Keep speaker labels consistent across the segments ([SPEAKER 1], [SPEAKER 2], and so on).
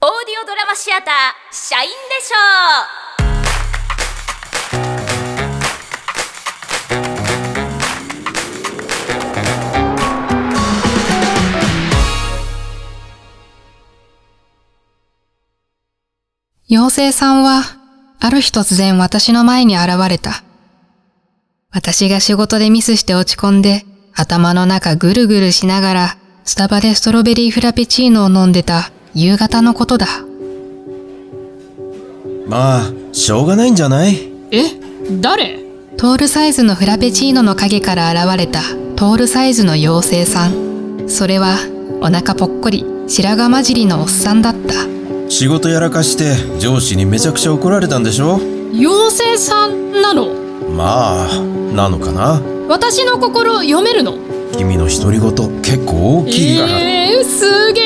[SPEAKER 1] 京ドラマシアター社員でし
[SPEAKER 2] 妖精さんは、ある日突然私の前に現れた。私が仕事でミスして落ち込んで、頭の中ぐるぐるしながら、スタバでストロベリーフラペチーノを飲んでた夕方のことだ。
[SPEAKER 3] まあしょうがないんじゃない
[SPEAKER 4] え誰
[SPEAKER 2] トールサイズのフラペチーノの影から現れたトールサイズの妖精さん。それは、お腹ぽっこり、白髪混じりのおっさんだった。
[SPEAKER 3] 仕事やらかして上司にめちゃくちゃ怒られたんでしょ
[SPEAKER 4] 妖精さんなの
[SPEAKER 3] まあなのかな
[SPEAKER 4] 私の心読めるの
[SPEAKER 3] 君の独り言結構大きいから、
[SPEAKER 4] えー、すげ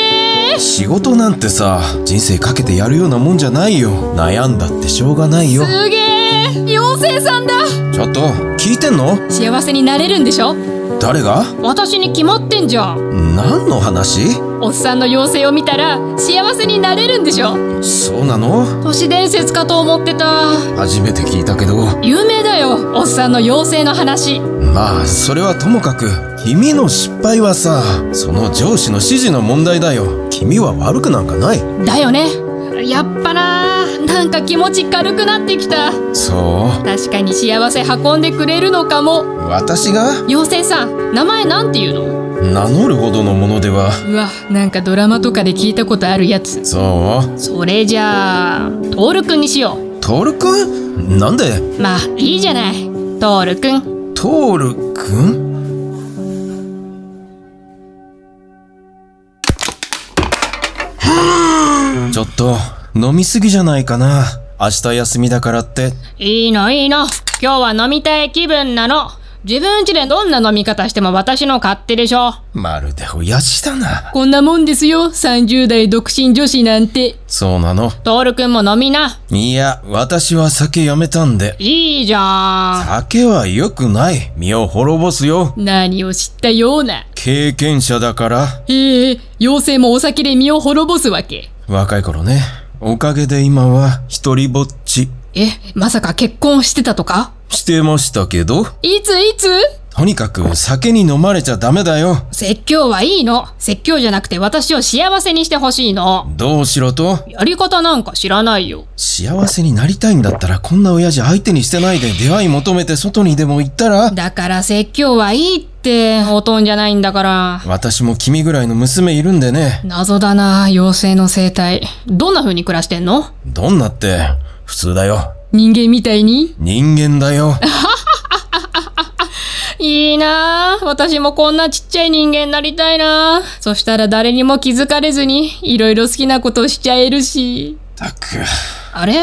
[SPEAKER 4] え
[SPEAKER 3] 仕事なんてさ人生かけてやるようなもんじゃないよ悩んだってしょうがないよ
[SPEAKER 4] すげえ妖精さんだ
[SPEAKER 3] ちょっと聞いてんの
[SPEAKER 4] 幸せになれるんでしょ
[SPEAKER 3] 誰が
[SPEAKER 4] 私に決まってんじゃん
[SPEAKER 3] 何の話
[SPEAKER 4] おっさんの妖精を見たら幸せになれるんでしょ
[SPEAKER 3] そうなの
[SPEAKER 4] 都市伝説かと思ってた
[SPEAKER 3] 初めて聞いたけど
[SPEAKER 4] 有名だよおっさんの妖精の話
[SPEAKER 3] まあそれはともかく君の失敗はさその上司の指示の問題だよ君は悪くなんかない
[SPEAKER 4] だよねやっぱななんか気持ち軽くなってきた
[SPEAKER 3] そう
[SPEAKER 4] 確かに幸せ運んでくれるのかも
[SPEAKER 3] 私が
[SPEAKER 4] 妖精さん名前なんていうの
[SPEAKER 3] 名乗るほどのものでは
[SPEAKER 4] うわなんかドラマとかで聞いたことあるやつ
[SPEAKER 3] そう
[SPEAKER 4] それじゃあトールくんにしよ
[SPEAKER 3] トールくんなんで
[SPEAKER 4] うまあいいじゃないトールくん
[SPEAKER 3] トールくんちょっと飲みすぎじゃないかな明日休みだからって
[SPEAKER 4] いいのいいの今日は飲みたい気分なの自分家でどんな飲み方しても私の勝手でしょ
[SPEAKER 3] まるで親父だな
[SPEAKER 4] こんなもんですよ30代独身女子なんて
[SPEAKER 3] そうなの
[SPEAKER 4] トールくんも飲みない
[SPEAKER 3] や私は酒やめたんで
[SPEAKER 4] いいじゃ
[SPEAKER 3] 酒は良くない身を滅ぼすよ
[SPEAKER 4] ん何を知ったような
[SPEAKER 3] 経験者だから
[SPEAKER 4] へえ妖精もお酒で身を滅ぼすわけ
[SPEAKER 3] 若い頃ね。おかげで今は一人ぼっち
[SPEAKER 4] え、まさか結婚してたとか
[SPEAKER 3] してましたけど、
[SPEAKER 4] いついつ
[SPEAKER 3] とにかく酒に飲まれちゃダメだよ。
[SPEAKER 4] 説教はいいの。説教じゃなくて私を幸せにしてほしいの。
[SPEAKER 3] どうしろと
[SPEAKER 4] やり方なんか知らないよ。
[SPEAKER 3] 幸せになりたいんだったらこんな親父相手にしてないで出会い求めて外にでも行ったら
[SPEAKER 4] だから説教はいいって、おとんじゃないんだから。
[SPEAKER 3] 私も君ぐらいの娘いるんでね。
[SPEAKER 4] 謎だな、妖精の生態。どんな風に暮らしてんの
[SPEAKER 3] どんなって普通だよ。
[SPEAKER 4] 人間みたいに
[SPEAKER 3] 人間だよ。
[SPEAKER 4] いいなあ私もこんなちっちゃい人間になりたいなあそしたら誰にも気づかれずに、いろいろ好きなことをしちゃえるし。
[SPEAKER 3] たく、
[SPEAKER 4] あれ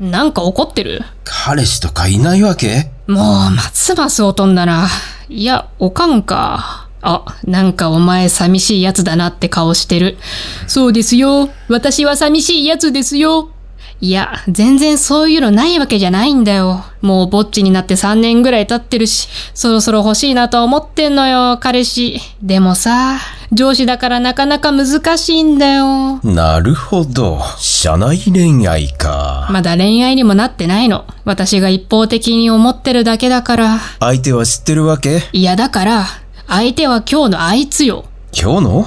[SPEAKER 4] なんか怒ってる
[SPEAKER 3] 彼氏とかいないわけ
[SPEAKER 4] もう、ますますおとんだな。いや、おかんか。あ、なんかお前寂しいやつだなって顔してる。そうですよ。私は寂しいやつですよ。いや、全然そういうのないわけじゃないんだよ。もうぼっちになって3年ぐらい経ってるし、そろそろ欲しいなと思ってんのよ、彼氏。でもさ、上司だからなかなか難しいんだよ。
[SPEAKER 3] なるほど。社内恋愛か。
[SPEAKER 4] まだ恋愛にもなってないの。私が一方的に思ってるだけだから。
[SPEAKER 3] 相手は知ってるわけ
[SPEAKER 4] いやだから、相手は今日のあいつよ。
[SPEAKER 3] 今日の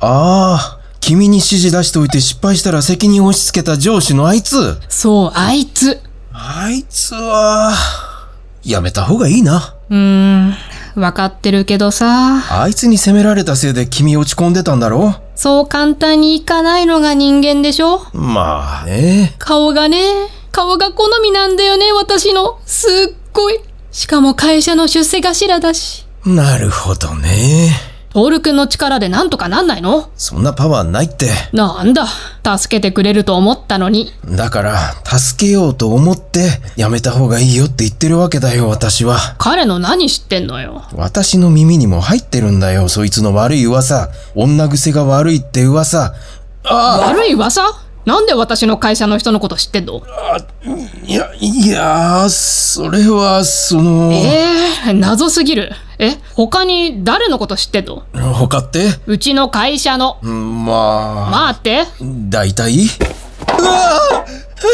[SPEAKER 3] ああ、君に指示出しておいて失敗したら責任を押し付けた上司のあいつ。
[SPEAKER 4] そう、あいつ。
[SPEAKER 3] あいつは、やめた方がいいな。
[SPEAKER 4] うーん、わかってるけどさ、
[SPEAKER 3] あいつに責められたせいで君落ち込んでたんだろ
[SPEAKER 4] そう簡単にいかないのが人間でしょ
[SPEAKER 3] まあね。
[SPEAKER 4] 顔がね、顔が好みなんだよね、私の。すっごい。しかも会社の出世頭だし。
[SPEAKER 3] なるほどね。
[SPEAKER 4] トールくんの力でなんとかなんないの
[SPEAKER 3] そんなパワーないって。
[SPEAKER 4] なんだ、助けてくれると思ったのに。
[SPEAKER 3] だから、助けようと思って、やめた方がいいよって言ってるわけだよ、私は。
[SPEAKER 4] 彼の何知ってんのよ。
[SPEAKER 3] 私の耳にも入ってるんだよ、そいつの悪い噂。女癖が悪いって噂。
[SPEAKER 4] 悪い噂なんで私の会社の人のこと知ってんの
[SPEAKER 3] いや、いやー、それは、その、
[SPEAKER 4] ええ謎すぎる。え、他に誰のこと知ってんの
[SPEAKER 3] 他って
[SPEAKER 4] うちの会社の。
[SPEAKER 3] うんまあ、
[SPEAKER 4] まあって
[SPEAKER 3] 大体わ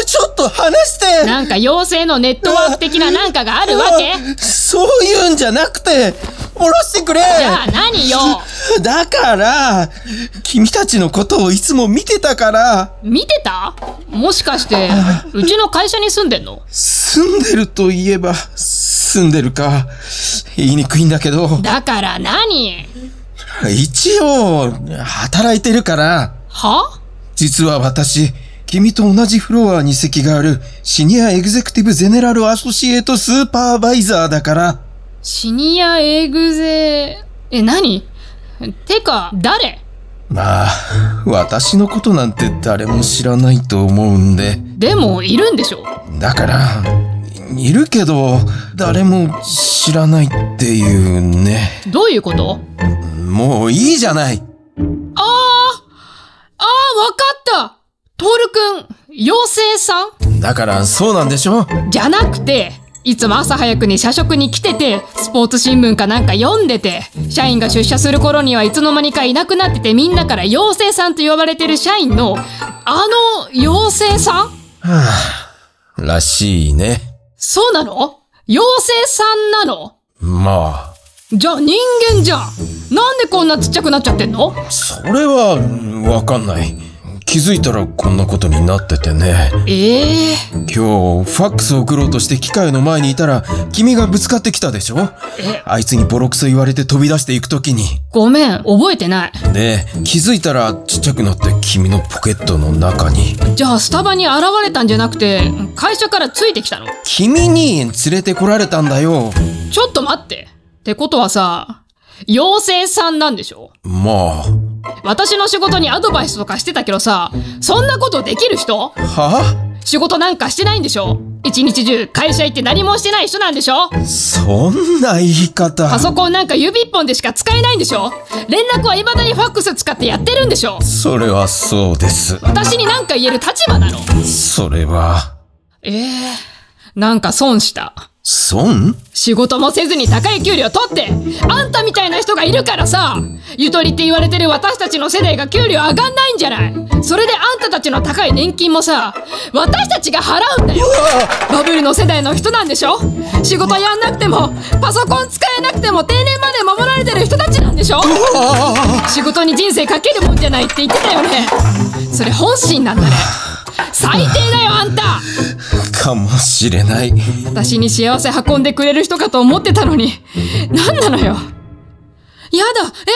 [SPEAKER 3] ちょっと話して
[SPEAKER 4] なんか妖精のネットワーク的ななんかがあるわけ
[SPEAKER 3] そういうんじゃなくて下ろしてくれ
[SPEAKER 4] じゃあ何よ
[SPEAKER 3] だから君たちのことをいつも見てたから
[SPEAKER 4] 見てたもしかして、うちの会社に住んでんの
[SPEAKER 3] 住んでるといえば住んでるか言いにくいんだけど
[SPEAKER 4] だから何
[SPEAKER 3] 一応働いてるから
[SPEAKER 4] は
[SPEAKER 3] 実は私君と同じフロアに席があるシニアエグゼクティブゼネラルアソシエートスーパーバイザーだから
[SPEAKER 4] シニアエグゼ、え、何てか、誰
[SPEAKER 3] まあ、私のことなんて誰も知らないと思うんで。
[SPEAKER 4] でも、いるんでしょ
[SPEAKER 3] だから、いいるけど、誰も知らないっていうね。
[SPEAKER 4] どういうこと
[SPEAKER 3] もういいじゃない。
[SPEAKER 4] ああ、わかったトールくん、妖精さん
[SPEAKER 3] だから、そうなんでしょ
[SPEAKER 4] じゃなくて、いつも朝早くに社食に来てて、スポーツ新聞かなんか読んでて、社員が出社する頃にはいつの間にかいなくなっててみんなから妖精さんと呼ばれてる社員の、あの妖精さん
[SPEAKER 3] らしいね。
[SPEAKER 4] そうなの妖精さんなの
[SPEAKER 3] ま
[SPEAKER 4] じゃあ人間じゃんなんでこんなちっちゃくなっちゃってんの
[SPEAKER 3] あ、それは、わかんない。気づいたらこんなことになっててね。
[SPEAKER 4] ええ
[SPEAKER 3] 今日、ファックス送ろうとして機械の前にいたら、君がぶつかってきたでしょ
[SPEAKER 4] え
[SPEAKER 3] あいつにボロクソ言われて飛び出していくときに。
[SPEAKER 4] ごめん、覚えてない。
[SPEAKER 3] で気づいたらちっちゃくなって君のポケットの中に
[SPEAKER 4] じゃあスタバに現れたんじゃなくて、会社からついてきたの
[SPEAKER 3] 君に連れてこられたんだよ
[SPEAKER 4] ちょっと待って。ってことはさ、妖精さんなんでしょ
[SPEAKER 3] まあ
[SPEAKER 4] 私の仕事にアドバイスとかしてたけどさ、そんなことできる人
[SPEAKER 3] は
[SPEAKER 4] 仕事なんかしてないんでしょ一日中会社行って何もしてない人なんでしょ
[SPEAKER 3] そんな言い方
[SPEAKER 4] パソコンなんか指一本でしか使えないんでしょ連絡は未だにファックス使ってやってるんでしょ
[SPEAKER 3] それはそうです
[SPEAKER 4] 私になんか言える立場なの
[SPEAKER 3] それは
[SPEAKER 4] ええなんか損した。
[SPEAKER 3] 損
[SPEAKER 4] 仕事もせずに高い給料取って、あんたみたいな人がいるからさ、ゆとりって言われてる私たちの世代が給料上がんないんじゃないそれであんたたちの高い年金もさ、私たちが払うんだよバブルの世代の人なんでしょ仕事やんなくても、パソコン使えなくても定年まで守られてる人たちなんでしょ仕事に人生かけるもんじゃないって言ってたよねそれ本心なんだね最低だよあんた
[SPEAKER 3] かもしれない
[SPEAKER 4] 私に幸せ運んでくれる人かと思ってたのに。何なのよ。やだえ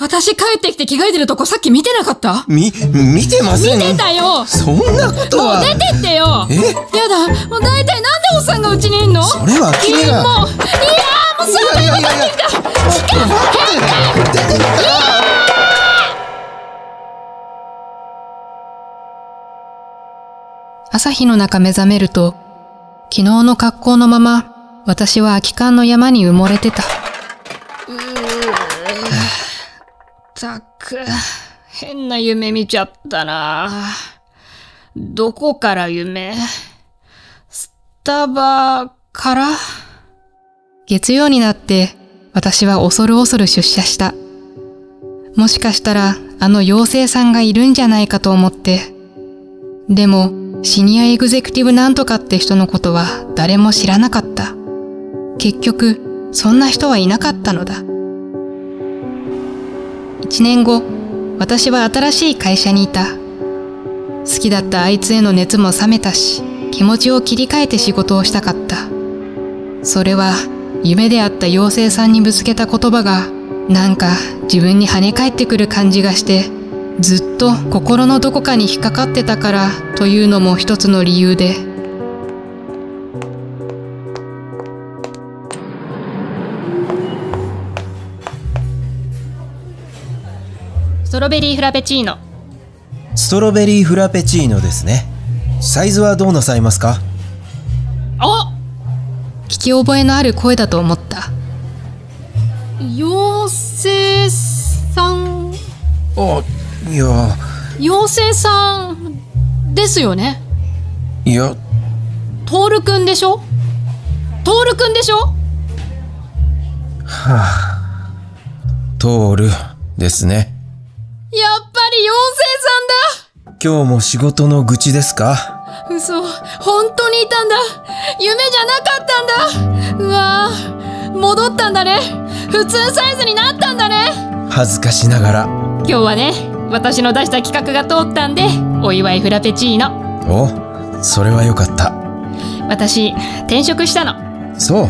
[SPEAKER 4] 私帰ってきて着替えてるとこさっき見てなかった
[SPEAKER 3] み見てません
[SPEAKER 4] 見てたよ
[SPEAKER 3] そんなこと
[SPEAKER 4] もう
[SPEAKER 3] は
[SPEAKER 4] 出てってよ
[SPEAKER 3] え
[SPEAKER 4] やだもう大体なんでおっさんがうちにいんの
[SPEAKER 3] それは君が
[SPEAKER 4] もういやーもうそんなこと聞いた
[SPEAKER 2] 朝日の中目覚めると、昨日の格好のまま、私は空き缶の山に埋もれてた。
[SPEAKER 4] ったく、変な夢見ちゃったな。どこから夢スタバから
[SPEAKER 2] 月曜になって、私は恐る恐る出社した。もしかしたら、あの妖精さんがいるんじゃないかと思って。でも、シニアエグゼクティブなんとかって人のことは誰も知らなかった。結局、そんな人はいなかったのだ。一年後、私は新しい会社にいた。好きだったあいつへの熱も冷めたし、気持ちを切り替えて仕事をしたかった。それは夢であった妖精さんにぶつけた言葉がなんか自分に跳ね返ってくる感じがしてずっと心のどこかに引っかかってたからというのも一つの理由で
[SPEAKER 4] ストロベリーフラペチーノ。
[SPEAKER 3] ストロベリーフラペチーノですねサイズはどうなさいますか
[SPEAKER 4] あ
[SPEAKER 2] 聞き覚えのある声だと思った
[SPEAKER 4] 妖精さん、
[SPEAKER 3] あいや
[SPEAKER 4] 妖精さんですよね
[SPEAKER 3] いや
[SPEAKER 4] トールくんでしょトールくんでしょ
[SPEAKER 3] 通るですね
[SPEAKER 4] やっぱり妖精さんだ
[SPEAKER 3] 今日も仕事の愚痴ですか
[SPEAKER 4] 嘘、本当にいたんだ夢じゃなかったんだうわぁ、戻ったんだね普通サイズになったんだね
[SPEAKER 3] 恥ずかしながら。
[SPEAKER 4] 今日はね、私の出した企画が通ったんで、お祝いフラペチーノ。
[SPEAKER 3] お、それはよかった。
[SPEAKER 4] 私、転職したの。
[SPEAKER 3] そう。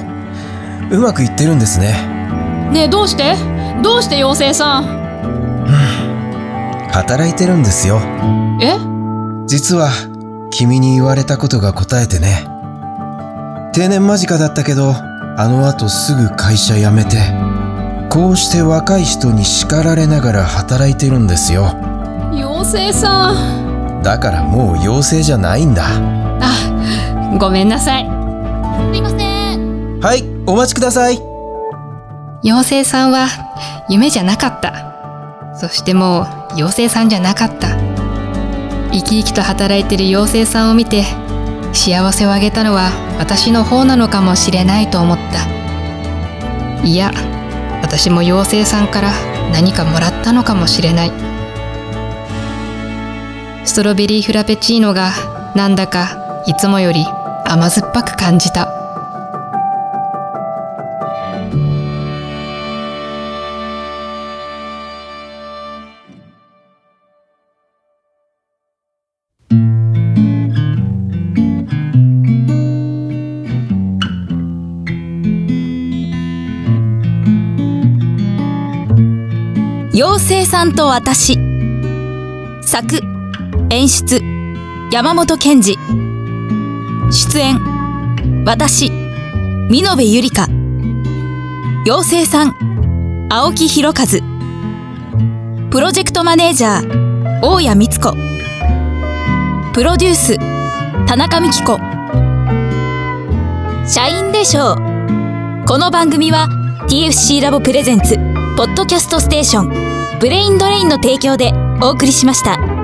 [SPEAKER 3] うまくいってるんですね。
[SPEAKER 4] ねえ、どうしてどうして妖精さん
[SPEAKER 3] 働いてるんですよ。
[SPEAKER 4] え
[SPEAKER 3] 実は、君に言われたことが答えてね。定年間近だったけど、あの後すぐ会社辞めて、こうして若い人に叱られながら働いてるんですよ。
[SPEAKER 4] 妖精さん。
[SPEAKER 3] だからもう妖精じゃないんだ。
[SPEAKER 4] あ、ごめんなさい。
[SPEAKER 1] すいません
[SPEAKER 3] はい、お待ちください。
[SPEAKER 2] 妖精さんは夢じゃなかった。そしてもう妖精さんじゃなかった。生き生きと働いてる妖精さんを見て、幸せをあげたのは私の方なのかもしれないと思った。いや、私も妖精さんから何かもらったのかもしれない。ストロベリーフラペチーノがなんだかいつもより甘酸っぱく感じた。
[SPEAKER 1] 妖精さんと私作演出山本賢治出演私美濃部ゆりか妖精さん青木弘和プロジェクトマネージャー大谷光子プロデュース田中美希子社員でしょうこの番組は TFC ラボプレゼンツポッドキャストステーションブレインドレインの提供でお送りしました。